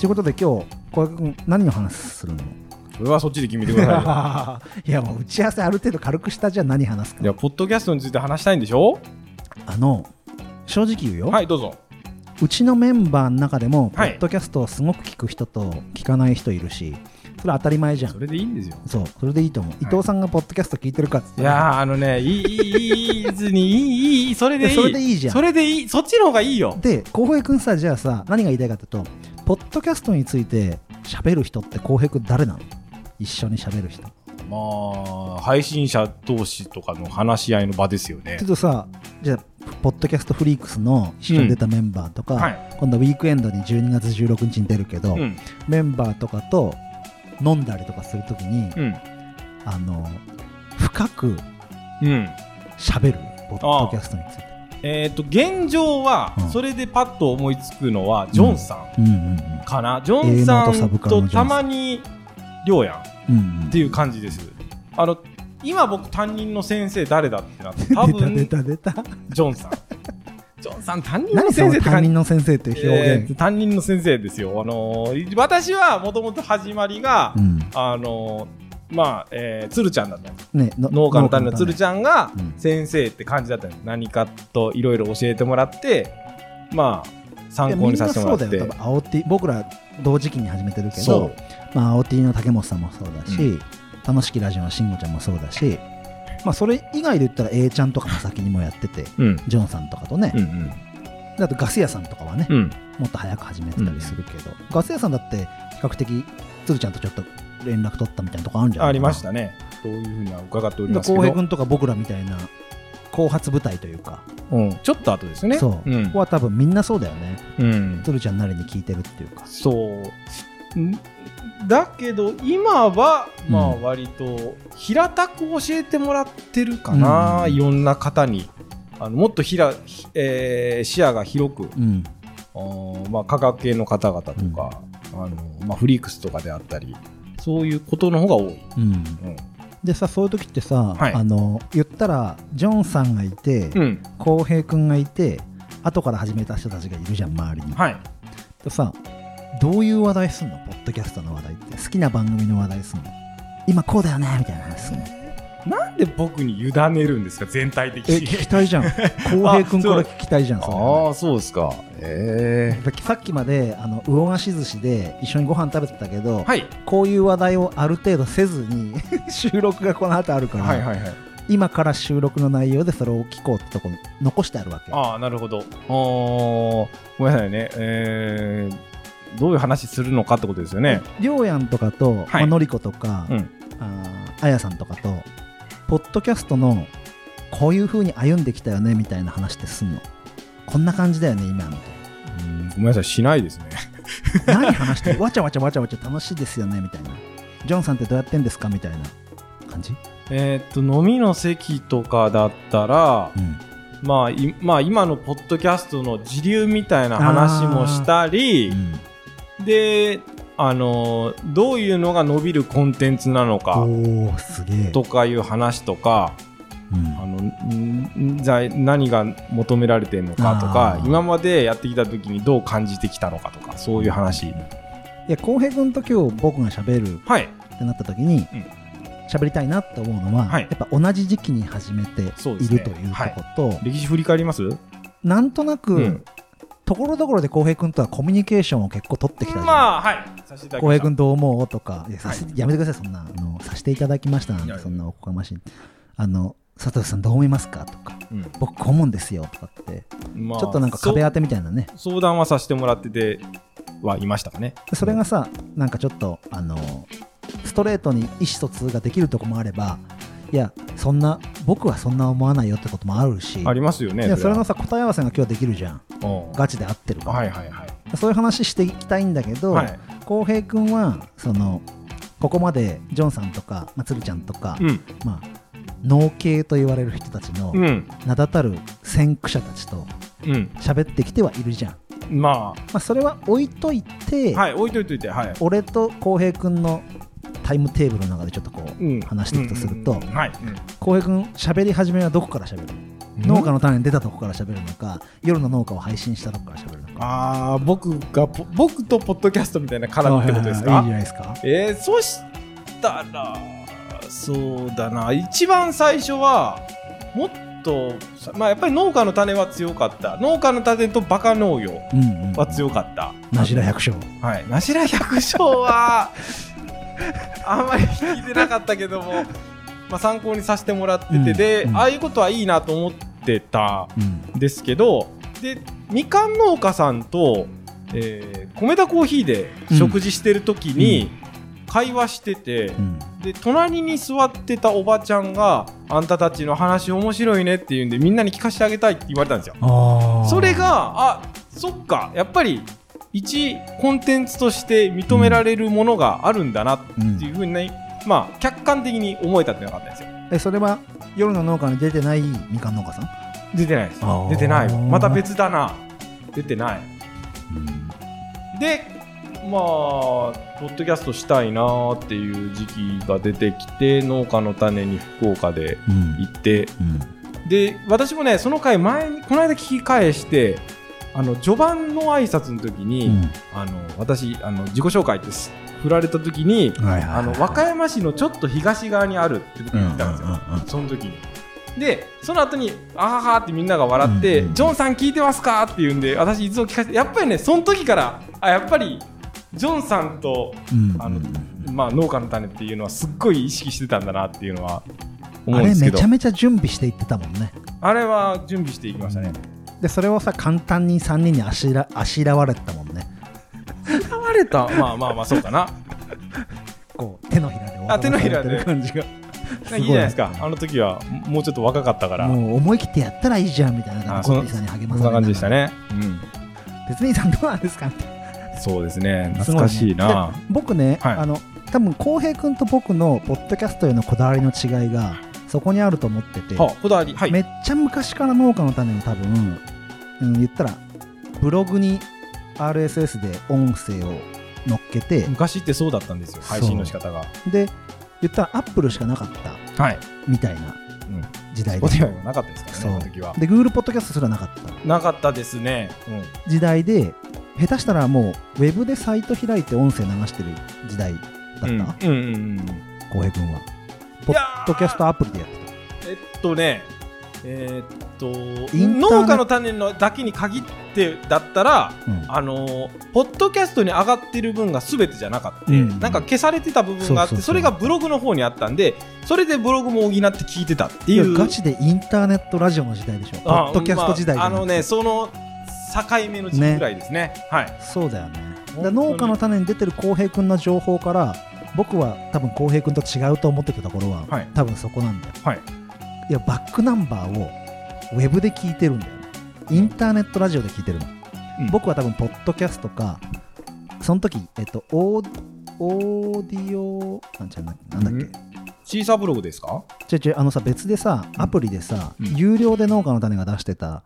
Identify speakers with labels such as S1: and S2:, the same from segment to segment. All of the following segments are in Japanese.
S1: ということで今日小籔君何の話するの
S2: それはそっちで決めてください よ
S1: いやもう打ち合わせある程度軽くしたじゃあ何話すか
S2: いやポッドキャストについて話したいんでしょ
S1: あの正直言うよ、
S2: はいどうぞ
S1: うちのメンバーの中でもポ
S2: はい
S1: ッドキャストをすごく聞く人と聞かない人いるしそれは当たり前じゃん
S2: それでいいんですよ
S1: そうそれでいいと思う、伊藤さんがポッドキャスト聞いてるかっつっ
S2: い
S1: たら
S2: やーあのねいいいいいいい別にいいいいいいそれで
S1: い
S2: いい
S1: やそれでいいじゃん
S2: それでいいそっちの方がいいよ
S1: で浩平君さじゃあさ何が言いたいかっていうとポッドキャストについて喋る人って浩平君誰なの一緒に喋る人
S2: まあ配信者同士とかの話し合いの場ですよね
S1: ちょっとさじゃあポッドキャストフリークスの一緒に出たメンバーとか、
S2: うんはい
S1: 今度ウィークエンドに12月16日に出るけど、
S2: うん
S1: メンバーとかと飲んだりとかするときに、
S2: うん
S1: あの深く
S2: うん
S1: 喋るポッドキャストについて。
S2: えっ、と現状は、
S1: うん
S2: それでパッと思いつくのはジョンさん
S1: うんうん
S2: かな、ジョンさ
S1: 営農とサブ
S2: ん
S1: カルのジョン
S2: と
S1: さん
S2: たまにりょうやんっ
S1: うんうんうん
S2: ていう感じですあの今僕担任の先生誰だってなって多
S1: 出た
S2: 分
S1: 出た出た
S2: ジョンさん。 ジョンさん、担任の
S1: 何その
S2: 先生って
S1: 担
S2: 感じ
S1: 任。の先生っていう表
S2: え
S1: 現、
S2: ー担任の先生ですよ。あのー私はもともと始まりが、
S1: うん
S2: あのーまあ、えー、鶴ちゃんだったんです。
S1: ねの
S2: 農家の担任の鶴
S1: 農
S2: ちゃんが
S1: うん
S2: 先生って感じだったんです。何かといろいろ教えてもらって、まあ、
S1: 家の
S2: 参
S1: 担任
S2: 考にさせてもらっ
S1: いやみん
S2: て
S1: なそう。だよ多分青 T 僕ら同時期に始めてるけ
S2: そ
S1: ど
S2: う、
S1: まあ、青 T の竹本さんもそうだし、
S2: う
S1: 楽しきラジオの慎吾ちゃんもそうだし、まあ、それ以外で言ったら A ちゃんとかも先にもやってて
S2: うん。
S1: ジョンさんとかとね
S2: う、ん
S1: であとガス屋さんとかはね、
S2: うん。うん。
S1: もっと早く始めてたりするけど、ガス屋さんだって比較的鶴ちゃんとちょっと連絡取ったみたいなとこあるんじゃない
S2: ありましたね。というふうには伺っており
S1: で
S2: ますけ
S1: 浩平
S2: ど。
S1: 君とか僕らみたいな後発部隊というか、
S2: うん。ちょっと後ですね。
S1: そう、
S2: う
S1: こ
S2: ん
S1: こ。は多分みんなそうだよね
S2: うん。
S1: 鶴ちゃんなりに聞いてるっていうか
S2: そう。んだけど今はまあ
S1: うん
S2: 割と平たく教えてもらってるかな、
S1: うん
S2: いろんな方にあのもっとひら、ひえー視野が広く、
S1: うん
S2: あーまあ、科学系の方々とか、あのまあ、フリークスとかであったりそういうことの方が多い、
S1: うん
S2: うん
S1: でさそういう時ってさ、
S2: はい
S1: あの言ったらジョンさんがいて
S2: うん
S1: 浩、平君がいて後から始めた人たちがいるじゃん周りに、
S2: はい、
S1: でさどういう話題すんのポッドキャストの話題って好きな番組の話題すんの今こうだよねみたいな話すんの
S2: なんで僕に委ねるんですか全体的
S1: え
S2: に
S1: 聞きたいじゃ ん浩平君から聞きたいじゃんそれ
S2: ああそうですかえ
S1: だってさっきまであの魚菓子寿司で一緒にご飯食べてたけど、
S2: ーはい、
S1: こういう話題をある程度せずに 収録がこの後あるから、
S2: はいはいはい
S1: 今から収録の内容でそれを聞こうってとこに残してあるわけ
S2: ああ、なるほど。あーごめんなさいね。えーどういう話するのかってことですよね。
S1: りょうやんとかと、まあのりことか、
S2: うん
S1: あーあやさんとかとポッドキャストのこういう風に歩んできたよねみたいな話ってすんのこんな感じだよね今み
S2: うんごめんなさい、しないですね。
S1: たいな 何話してるわちゃわちゃわちゃわちゃ楽しいですよねみたいなジョンさんってどうやってんですかみたいな感じ、
S2: えーっと、飲みの席とかだったら
S1: う、ん
S2: まあ、いまあ、今のポッドキャストの時流みたいな話もしたり
S1: う、ん
S2: で、あのー、どういうのが伸びるコンテンツなのか、
S1: おーすげえ、
S2: とかいう話とか、
S1: うん
S2: あのんんじゃあ何が求められてるのかと
S1: あ
S2: か
S1: ー
S2: 今までやってきた時にどう感じてきたのかとかそういう話
S1: いや浩平君と今日僕が喋る
S2: はい
S1: ってなった時に
S2: うん
S1: 喋、りたいなって思うのは、
S2: はい
S1: やっぱ同じ時期に始めていると
S2: そう
S1: い
S2: で
S1: う
S2: すね
S1: とこと、
S2: 歴史振り返ります、
S1: なんとなく、
S2: うん
S1: ところどころで浩平君とはコミュニケーションを結構取ってきたじゃん
S2: まあはいさせていただき
S1: 浩
S2: ま
S1: 平
S2: した
S1: 君どう思うとかいやさせやめてくださいそんなあのさせていただきましたなん
S2: い
S1: て
S2: やいや
S1: そんなおこがましいあの佐藤さんどう思いますかとか
S2: うん
S1: 僕こう思うんですよとかって
S2: まあ
S1: ちょっとなんか壁当てみたいなね
S2: そう相談はさせてもらっててはいましたかね
S1: でそれがさなんかちょっとあのストレートに意思疎通ができるとこもあればいやそんな僕はそんな思わないよってこともあるし
S2: ありますよね
S1: いやそれの
S2: は
S1: さ答え合わせが今日できるじゃん
S2: うん
S1: ガチで合ってるから、
S2: はいはいはい
S1: そういう話していきたいんだけど
S2: はい
S1: 浩、平君はそのここまでジョンさんとか、まあ、鶴ちゃんとか、
S2: うん
S1: まあ農系と言われる人たちの
S2: うん
S1: 名だたる先駆者たちと
S2: うん
S1: 喋ってきてはいるじゃん、ま
S2: ま
S1: あ、それは置いといて、
S2: あはい置いといといてはい
S1: 俺と浩平君のタイムテーブルの中でちょっとこう、
S2: うん
S1: 話していくとする
S2: うん
S1: と
S2: うんはい、
S1: 浩平君喋り始めはどこから喋る農家の種出たとこから喋るのか夜の農家を配信したとこから喋るのか
S2: ああ、僕がポ、僕とポッドキャストみたいな絡みってことです
S1: あいい
S2: か
S1: じゃないですか
S2: えー、そしたら、そうだな、一番最初は、もっと、まあ、やっぱり農家の種は強かった。農家の種とバカ農業
S1: うんうんうん
S2: は強かった。
S1: なしら百姓
S2: はい。なしら百姓は、 あんまり聞いてなかったけども、まあ、参考にさせてもらってて、
S1: うん
S2: で、
S1: うん
S2: ああいうことはいいなと思ってた
S1: うん
S2: んですけど、で、みかん農家さんと、えー、米田コーヒーで食事してる時に、会話してて、
S1: うん
S2: で隣に座ってたおばちゃんがあんたたちの話面白いねって言うんでみんなに聞かせてあげたいって言われたんですよ
S1: あー
S2: それがあそっかやっぱり一コンテンツとして認められるものがあるんだなって
S1: うん
S2: いうふうに、まあ客観的に思えたっていうのがあったんですよ
S1: えそれは夜の農家に出てないみかん農家さん
S2: 出てないです
S1: あー
S2: 出てないわまた別だな出てないでまあポッドキャストしたいなーっていう時期が出てきて農家の種に福岡で
S1: うんうん
S2: 行って
S1: うん
S2: で私もねその回前にこの間聞き返してあの序盤の挨拶の時に、あの私あの自己紹介です振られた時に
S1: うんはいはいはい
S2: あの和歌山市のちょっと東側にあるって僕が言ったんですよ、
S1: うんうんうんうん
S2: その時に。でその後に「あはは」ってみんなが笑って、
S1: うんうん
S2: ジョンさん聞いてますか?」って言うんで私いつも聞かせてやっぱりねその時からあやっぱりジョンさんと、
S1: うん
S2: あの
S1: うんうん
S2: まあ、農家の種っていうのはすっごい意識してたんだなっていうのは思
S1: あ
S2: うんで
S1: れ
S2: すけ
S1: め
S2: ど
S1: ちゃめちゃ準備していってたもんね
S2: あれは準備していきましたね。
S1: でそれをさ簡単に3人にあしら あしらわれてたもんね
S2: われたまあまあまあそう かな
S1: こう手のひらで
S2: あ手のひらで
S1: やってる感じが
S2: いいじゃないですかあの時はもうちょっと若かったから
S1: もう思い切ってやったらいいじゃんみたいな感
S2: あ
S1: じでコ
S2: そ
S1: ッティさんに励ま
S2: そん
S1: されな
S2: な
S1: がら
S2: 感じ でしたね、
S1: 鉄人さんどうなんですかって
S2: うん、そうですね懐かしいな
S1: すごねで僕ね、
S2: はい
S1: あの多分浩平君と僕のポッドキャストへのこだわりの違いがそこにあると思ってて、
S2: はこだわりはい
S1: めっちゃ昔から農家の種を多分、うん、言ったらブログに RSS で音声を乗っけて、
S2: 昔ってそうだったんですよ配信の仕方が
S1: で言ったらアップルしかなかった
S2: はい、
S1: みたいな
S2: うん、
S1: 時代
S2: お
S1: で
S2: 手紙はなかったですから
S1: そ
S2: ねそうの時は
S1: で Google ポッドキャストすらなかった
S2: なかったですね、うん、
S1: 時代で下手したらもうウェブでサイト開いて音声流してる時代だった
S2: うん
S1: 浩
S2: うんうんうん
S1: 平君はポ
S2: いや
S1: ッ
S2: ー
S1: ドキャストアプリでやって
S2: えっとねえーっと
S1: インターネ
S2: 農家の種のだけに限ってだったら
S1: た、うん
S2: あのーポッドキャストに上がってる分が全てじゃなかった、
S1: うん
S2: なんか消されてた部分があって
S1: そうそう
S2: そ
S1: そう
S2: れがブログの方にあったんでそれでブログも補って聞いてたって
S1: い
S2: い
S1: や
S2: う
S1: ガチでインターネットラジオの時代でしょポ
S2: あ
S1: ッドキャスト時代じ
S2: まあ、
S1: ゃ
S2: あ
S1: なく
S2: の
S1: て
S2: ねその境目の時期ぐらいですねはい
S1: そうだよねだから
S2: 本当に
S1: 農家の種に出てる浩平君の情報から僕は多分浩平君と違うと思ってたところは、
S2: はい
S1: 多分そこなんだよ、
S2: はい、
S1: やバックナンバーをウェブで聞いてるんだよねインターネットラジオで聞いてるの、
S2: うん
S1: 僕は多分ポッドキャストかその時えっとオーオーディオなんちゃなんだっけ、
S2: うんシーサーブログですか
S1: 違う違うあのさ別でさアプリでさ、
S2: うん
S1: 有料で農家の種が出してた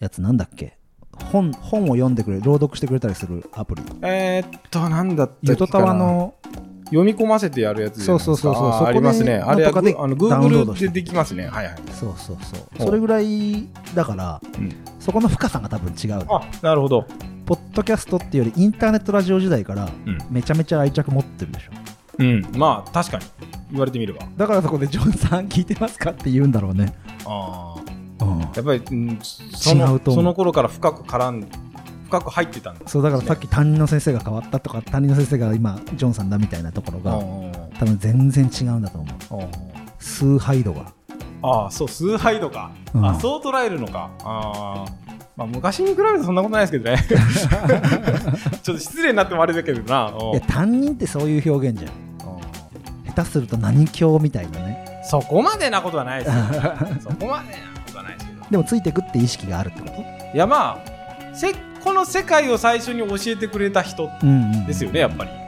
S1: やつなんだっけ本本を読んでくれる朗読してくれたりするアプリ
S2: えー、っとなんだったっけ
S1: ゆとたわの
S2: 読み込ませてやるやつじゃないですか
S1: そうそうそうそうそ
S2: あ
S1: こで
S2: ーありますねあれ
S1: なんとかで
S2: あの
S1: ダウンロード
S2: Google
S1: して
S2: でできますねはいはい
S1: そうそうそう
S2: ほう
S1: それぐらいだから、
S2: うん
S1: そこの深さが多分違う
S2: あなるほど
S1: ポッドキャストっていうよりインターネットラジオ時代から
S2: うん、
S1: めちゃめちゃ愛着持ってるでしょ
S2: うん、まあ確かに言われてみれば
S1: だからそこで「ジョンさん聞いてますか?」って言うんだろうね、
S2: ああ
S1: うん、
S2: やっぱり、うん、その
S1: 違うと思う
S2: その頃から深く絡ん深く入ってたんだ
S1: そうだからさっき担任の先生が変わったとか担任の先生が今ジョンさんだみたいなところ
S2: あ
S1: が、多分全然違うんだと思う崇拝度が
S2: あーそう崇拝度か、
S1: うん
S2: あそう捉えるのかあー、まあ、昔に比べるとそんなことないですけどね ちょっと失礼になってもあれだけどなうん
S1: いや担任ってそういう表現じゃん下手すると何教みたいなね
S2: うんそこまでなことはないで すよそこまでなことはないですけど
S1: でもついてくって意識があるってこと
S2: いやまあせこの世界を最初に教えてくれた人
S1: うんうん
S2: ですよねやっぱり、
S1: うん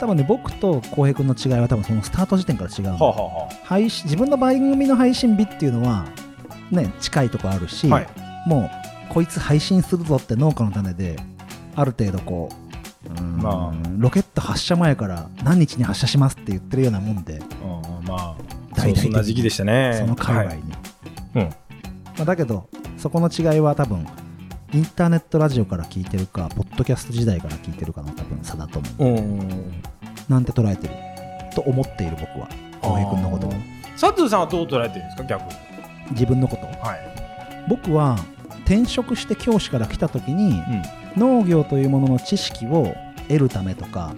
S1: 多分ね僕と浩平君の違いは多分そのスタート時点から違うの
S2: はあ、はあは
S1: 配信自分の番組の配信日っていうのはね近いとこあるし、
S2: あはい
S1: もうこいつ配信するぞって農家の種である程度こううーん
S2: まあ
S1: ロケット発射前から何日に発射しますって言ってるようなもんで、
S2: うんまあ
S1: 大々的に
S2: そうそんな時期でしたね
S1: その界
S2: は
S1: 隈
S2: い
S1: に、
S2: うん
S1: まあ、だけどそこの違いは多分インターネットラジオから聞いてるかポッドキャスト時代から聞いてるかの多分差だと思う
S2: うん
S1: なんて捉えてると思っている僕は浩平君のことを
S2: 佐藤さんはどう捉えてるんですか逆に
S1: 自分のことを
S2: はい
S1: 僕は転職して教師から来た時に、
S2: ん
S1: 農業というものの知識を得るためとか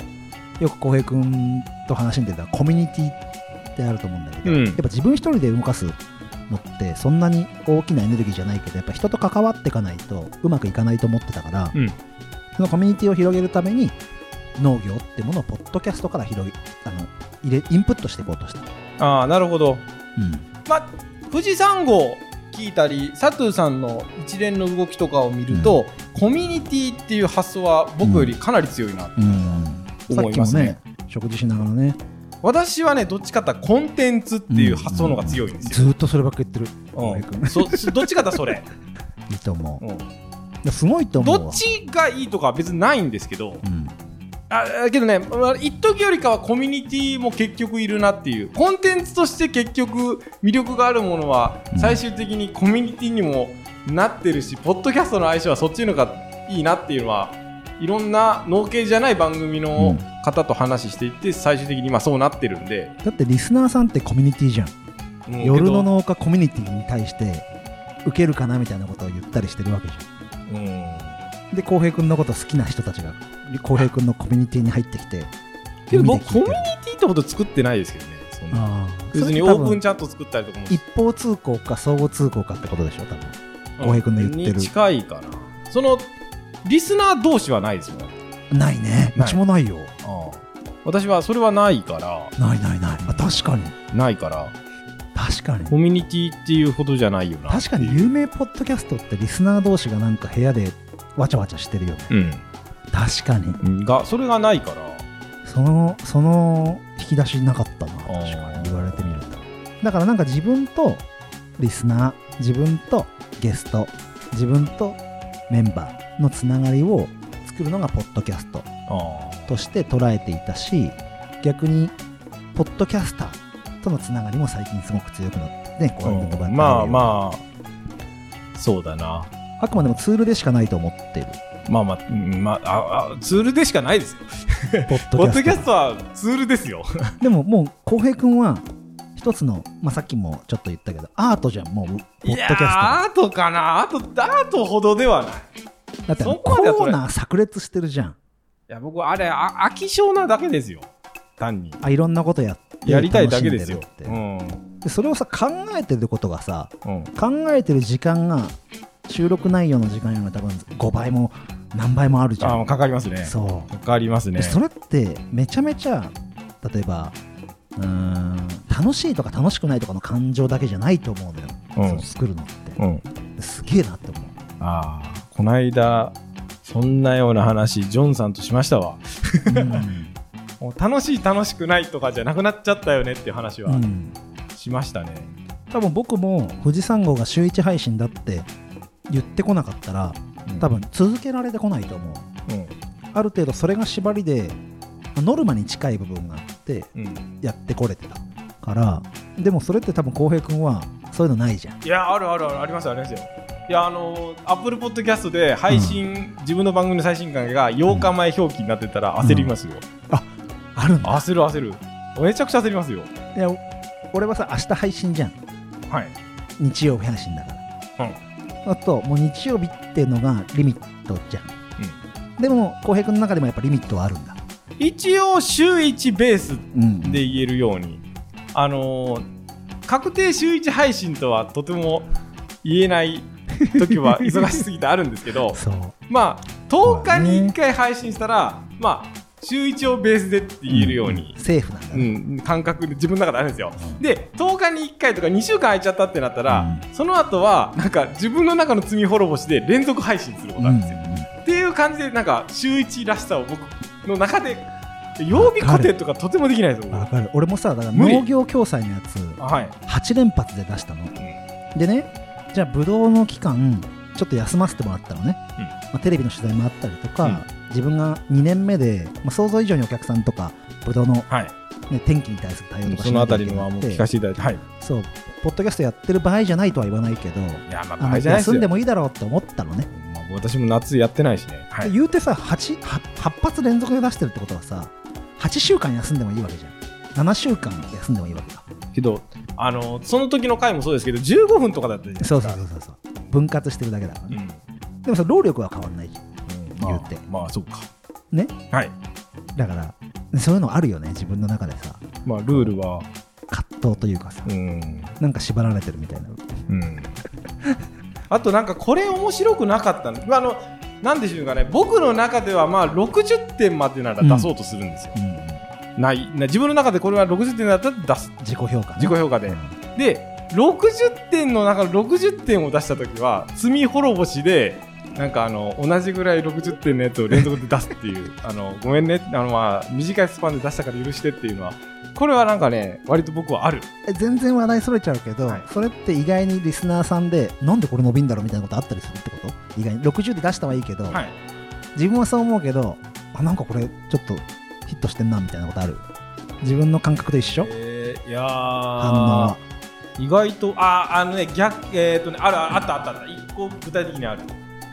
S1: よく浩平君と話に出たコミュニティってあると思うんだけど、
S2: うん
S1: やっぱ自分一人で動かすのってそんなに大きなエネルギーじゃないけどやっぱ人と関わっていかないとうまくいかないと思ってたから、
S2: うん
S1: そのコミュニティを広げるために農業ってものをポッドキャストから広いあの入れインプットしていこうとした、
S2: ああなるほど
S1: うん
S2: まあ富士山号聞いたり佐藤さんの一連の動きとかを見ると、コミュニティっていう発想は僕よりかなり強いな、
S1: さっ
S2: 思い
S1: き
S2: ま
S1: も
S2: すね
S1: ね食事しながらね
S2: 私はねどっちかっていうとコンテンツっていう発想の方が強いんですよ、
S1: ずーっとそればっか言ってる浩
S2: う
S1: 平君
S2: ん、そそどっちかだそれ、
S1: いいと思う
S2: うん、
S1: いやすごいと思うわ
S2: どっちがいいとかは別にないんですけど
S1: うん
S2: あだけどねまあ一時よりかはコミュニティも結局いるなっていうコンテンツとして結局魅力があるものは
S1: うん
S2: 最終的にコミュニティにもなってるし、ポッドキャストの相性はそっちの方がいいなっていうのはいろんな農系じゃない番組
S1: う
S2: の
S1: ん
S2: 方と話していって最終的に今そうなってるんで、
S1: だってリスナーさんってコミュニティじゃん
S2: うん
S1: 夜の、農家コミュニティに対して受けるかなみたいなことを言ったりしてるわけじ
S2: けどうん
S1: ゃんで浩平君のこと好きな人たちが浩平君のコミュニティに入ってきて
S2: けど僕コ
S1: 海
S2: ミ
S1: で
S2: ュ
S1: 聞いてる
S2: ニティってこと作ってないですけどねそんな
S1: ああ
S2: 別にオープンチャット作ったりとかも
S1: 一方通行か相互通行かってことでしょ多分
S2: うん
S1: 浩平君の言ってる
S2: に近いかなそのリスナー同士はないですもん
S1: ないねう
S2: ない
S1: ちもないよ
S2: 私はそれはないから
S1: ないないないあ確かに
S2: ないから
S1: 確かに
S2: コミュニティっていうほどじゃないよな
S1: 確かに有名ポッドキャストってリスナー同士がなんか部屋でわちゃわちゃしてるよね確かに
S2: うんがそれがないから
S1: そのその引き出しなかったな確
S2: あー
S1: かに言われてみるとだからなんか自分とリスナー自分とゲスト自分とメンバーのつながりを作るのがポッドキャストとして捉えていたし逆にポッドキャスターとのつながりも最近すごく強くなってねこういうことが
S2: うんまあまあそうだな
S1: ああくまでもツールでしかないと思ってい る
S2: まあまあ,、うんまあ、ああツールでしかないですよ
S1: ポッ
S2: ポ
S1: ド
S2: ッド
S1: キ
S2: キ
S1: ャ
S2: ャ
S1: ス
S2: ス
S1: ト
S2: トはツールですよ
S1: でももう浩平君は一つの、まあ、さっきもちょっと言ったけどアートじゃんもうポッド
S2: い
S1: キ
S2: や
S1: ャス
S2: ー
S1: トは
S2: アートかなアートアートほどではない
S1: だってあの
S2: そこ
S1: コ
S2: までは取
S1: ー
S2: れ
S1: ナー炸裂してるじゃん
S2: いや僕あれあ飽き性なだけですよ単に
S1: あいろんなことやって
S2: やりたいだけですよ
S1: 楽しんで
S2: う
S1: るって
S2: ん、
S1: でそれをさ考えてることがさ
S2: うん、
S1: 考えてる時間が収録内容の時間よりも多分5倍も何倍もあるじゃん
S2: あかかりますね
S1: そう
S2: かかりますね
S1: でそれってめちゃめちゃ例えばうーん楽しいとか楽しくないとかの感情だけじゃないと思うのよ、
S2: うん
S1: その作るのって
S2: うん、
S1: すげえなって思う
S2: ああこないだそんなような話ジョンさんとしましたわ
S1: うん
S2: もう楽しい楽しくないとかじゃなくなっちゃったよねっていう話は
S1: うん
S2: しましたね、
S1: 多分僕も富士山号が週1配信だって言ってこなかったら
S2: うん
S1: 多分続けられてこないと思う
S2: うん
S1: ある程度それが縛りでまあノルマに近い部分があって
S2: うん、
S1: やってこれてたからでもそれって多分浩平君はそういうのないじゃん
S2: いやあるあるあるありますよありますよいやあのアップルポッドキャストで配信、自分の番組の最新回が8日前表記になってたら焦りますよ、
S1: あるんだ
S2: 焦る焦るめちゃくちゃ焦りますよ
S1: いや俺はさ明日配信じゃん
S2: はい
S1: 日曜日配信だから、あともう日曜日っていうのがリミットじゃん、でも浩平君の中でもやっぱリミットはあるんだ、
S2: 一応週1ベース
S1: うん
S2: で言えるように、あのー確定週1配信とはとても言えない 時は忙しすぎてあるんですけ ど
S1: そう
S2: まあ10日に1回配信したら、まあ週1をベースでって言えるように、
S1: セーフなんだ
S2: うん
S1: ね、
S2: 感覚で自分の中であるんですよ
S1: うん
S2: で10日に1回とか2週間空いちゃったってなったら、
S1: う
S2: その後はなんか自分の中の罪滅ぼしで連続配信すること
S1: う
S2: あるん
S1: ん
S2: ですよ、っていう感じでなんか週1らしさを僕の中で曜日固定とかとてもできないですよ
S1: わ
S2: 僕
S1: かる俺もさだから
S2: 無理
S1: 農業共済のやつ
S2: はい
S1: 8連発で出したの、でねじゃあブドウの期間ちょっと休ませてもらったのね、
S2: うん
S1: まあ、テレビの取材もあったりとか、
S2: うん
S1: 自分が2年目で、まあ、想像以上にお客さんとかブドウの
S2: はい。
S1: ね、天気に対する対応とか
S2: そのあたりのはもう聞か
S1: せ
S2: せていただいて、はい、
S1: てそうポッドキャストやってる場合じゃないとは言わないけど
S2: いや、ま
S1: あ
S2: あ、場
S1: の
S2: 合じゃないです
S1: 休ん
S2: よ
S1: で、もいいだろうって思ったのね、
S2: まあ、私も夏やってないしね、はい
S1: で言うてさ 8, 8発連続で出してるってことはさ8週間休んでもいいわけじゃん7週間休んでもいいわけだ
S2: けどあの、その時の回もそうですけど、15分とかだったじゃないです
S1: そ
S2: か。
S1: うそうそうそうそう分割してるだけだから
S2: うん
S1: ね、でもさ労力は変わんないじゃん
S2: うんまあ
S1: 言うて
S2: まあ、そうか。
S1: ね
S2: はい。
S1: だからそういうのあるよね自分の中でさ
S2: まあ、ルールは、
S1: 葛藤というかさ、
S2: うん。
S1: なんか縛られてるみたいな
S2: うん、あとなんかこれ面白くなかったの,、まあ、あのなんでしょうかね僕の中ではまあ60点までなら出そうとするんですよ、ないな自分の中でこれは60点だったら出す
S1: 自己評価、ね、
S2: 自己評価で、で60点の中の60点を出した時は罪滅ぼしでなんかあの同じぐらい60点のやつを連続で出すっていう あのごめんねあの、まあ、短いスパンで出したから許してっていうのはこれはなんかね割と僕はある
S1: え全然話題それちゃうけど、
S2: はい
S1: それって意外にリスナーさんでなんでこれ伸びんだろうみたいなことあったりするってこと意外に60で出したはいいけど、
S2: はい
S1: 自分はそう思うけどあなんかこれちょっとヒットしてんなみたいなことある自分の感覚と一緒
S2: えーいやー
S1: 反応は
S2: 意外とああのね逆えっ、とねあるあったあったあった一個具体的にある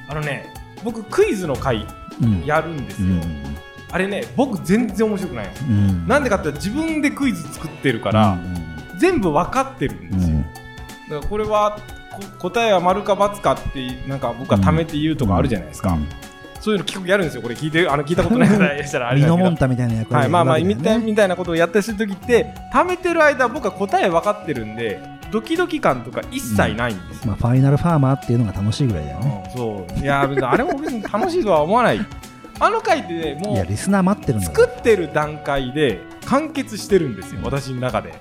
S2: あのね僕クイズの回
S1: うん
S2: やるんです
S1: う
S2: よ、
S1: ん
S2: あれね僕全然面白くないんですよ
S1: うん
S2: なん
S1: で
S2: でかって言ったら自分でクイズ作ってるから、全部分かってるん
S1: う
S2: で
S1: ん
S2: す
S1: う
S2: よ、
S1: ん
S2: だからこれはこ答えは丸か×かってなんか僕はためて言うとかあるじゃないですか、そういうの結構やるんですよこれ聞いてあの聞いたことない方いらしたらあれ
S1: ミ
S2: だけ
S1: ノ
S2: ど
S1: モンタみたいな役
S2: はい、
S1: 割
S2: まあまあみたい
S1: ね
S2: みたいなことをやったりするときって貯めてる間僕は答え分かってるんでドキドキ感とか一切ないんですよ、
S1: まあファイナルファーマーっていうのが楽しいぐらいだよね
S2: うんそういや別にあれも別に楽しいとは思わないあの回ってね
S1: い
S2: も
S1: や
S2: う
S1: リスナー待ってるんだ
S2: 作ってる段階で完結してるんですよ私の中で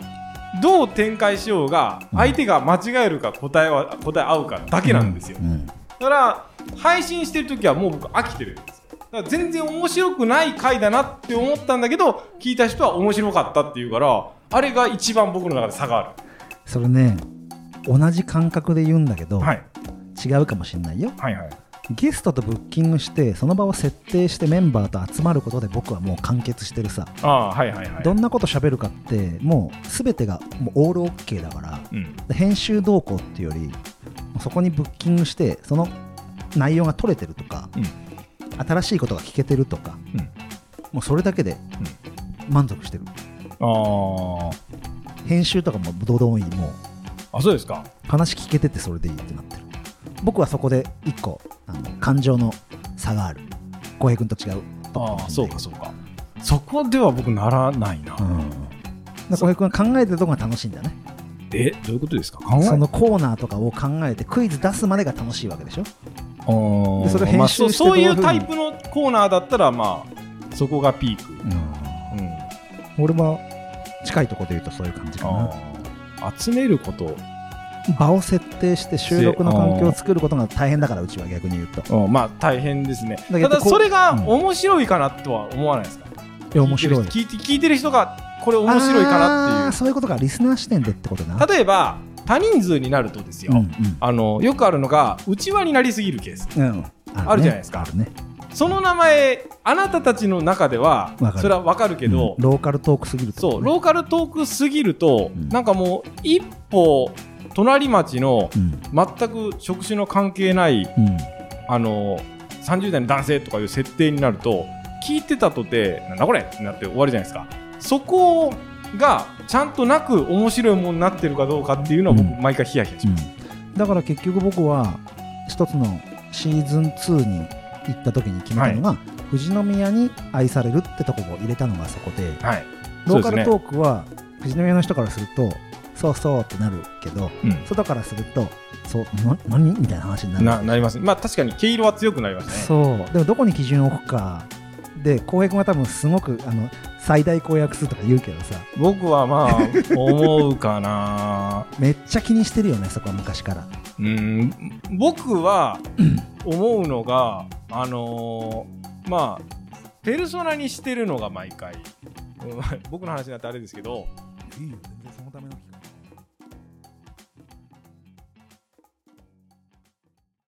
S2: どう展開しようが
S1: うん
S2: 相手が間違えるか答えは答え合うかだけなんですよ、
S1: うん
S2: だから配信してる時はもう僕飽きてるんですよだから全然面白くない回だなって思ったんだけど聞いた人は面白かったっていうからあれが一番僕の中で差があ
S1: それね同じ感覚で言うんだけど、
S2: る、はい、
S1: 違うかもしれないよ
S2: はいはい
S1: ゲストとブッキングしてその場を設定してメンバーと集まることで僕はもう完結してるさ、
S2: ああはいはいはい
S1: どんなこと喋るかってもう全てがもうオールオッケーだから
S2: うん
S1: で編集動向っていうよりもうそこにブッキングしてその内容が取れてるとか、新しいことが聞けてるとか
S2: うん
S1: もうそれだけで満足してる
S2: あ
S1: 編集とかもどうでもいいもう
S2: ああそうですか
S1: 話聞けててそれでいいってなってる僕はそこで一個あの感情の差がある浩平君と違う
S2: ああそうかそうかそこでは僕ならないな、
S1: 浩平君は考えてるとこが楽しいんだね
S2: えどういうことですか考え
S1: そのコーナーとかを考えてクイズ出すまでが楽しいわけでしょ
S2: あ
S1: でそれ編集して
S2: まあ、そうそうい
S1: どういう
S2: う
S1: ふうに
S2: タイプのコーナーだったらまあそこがピーク、うん、
S1: 俺は近いところで言うとそういう感じかな
S2: あ集めること
S1: 場を設定して収録の環境を作ることが大変だからうちは逆に言うとい
S2: うん、まあ大変ですね
S1: だ
S2: た
S1: けど
S2: だ
S1: こう
S2: それが
S1: うん
S2: 面白いかなとは思わないですか、
S1: や面白い
S2: 聞いてる人聞いて聞いてる人がこれ面白いかな
S1: あー
S2: ってい
S1: そういうことかリスナー視点でってことな
S2: う例えば多人数になるとですよ、
S1: うん
S2: あのよくあるのが内輪になりすぎるケース
S1: うんうん
S2: あるじゃないですか
S1: あるね
S2: その名前あなたたちの中では
S1: わかる
S2: それはわかるけど、
S1: うんローカルトークすぎるってこ
S2: そ
S1: と
S2: う
S1: ね
S2: ローカルトークすぎると、
S1: うん
S2: なんかもう一歩隣町の
S1: うん
S2: 全く職種の関係ない
S1: うん
S2: あの30代の男性とかいう設定になると聞いてたとてなんだこれってなって終わりじゃないですかそこがちゃんとなく面白いものになってるかどうかっていうのは僕
S1: うん
S2: 毎回ヒヤヒヤし
S1: う
S2: ま
S1: ん
S2: す、
S1: だから結局僕は一つのシーズン2に行った時に決めたのが、富士宮に愛されるってとこを入れたのがそこで
S2: はい
S1: ロ
S2: そう
S1: ーカ
S2: です
S1: ル
S2: ね
S1: トークは富士宮の人からするとそうそうってなるけど
S2: うん
S1: 外からするとそうな何みたいな話になる
S2: ななりますねまあ確かに毛色は強くなりましたね
S1: そうでもどこに基準を置くかで浩平君は多分すごくあの最大公約数とか言うけどさ
S2: 僕はまあ思うかな
S1: めっちゃ気にしてるよねそこは昔から
S2: うん僕は思うのがあのーまあペルソナにしてるのが毎回うん僕の話になってあれですけど
S1: いいよ全然そのための企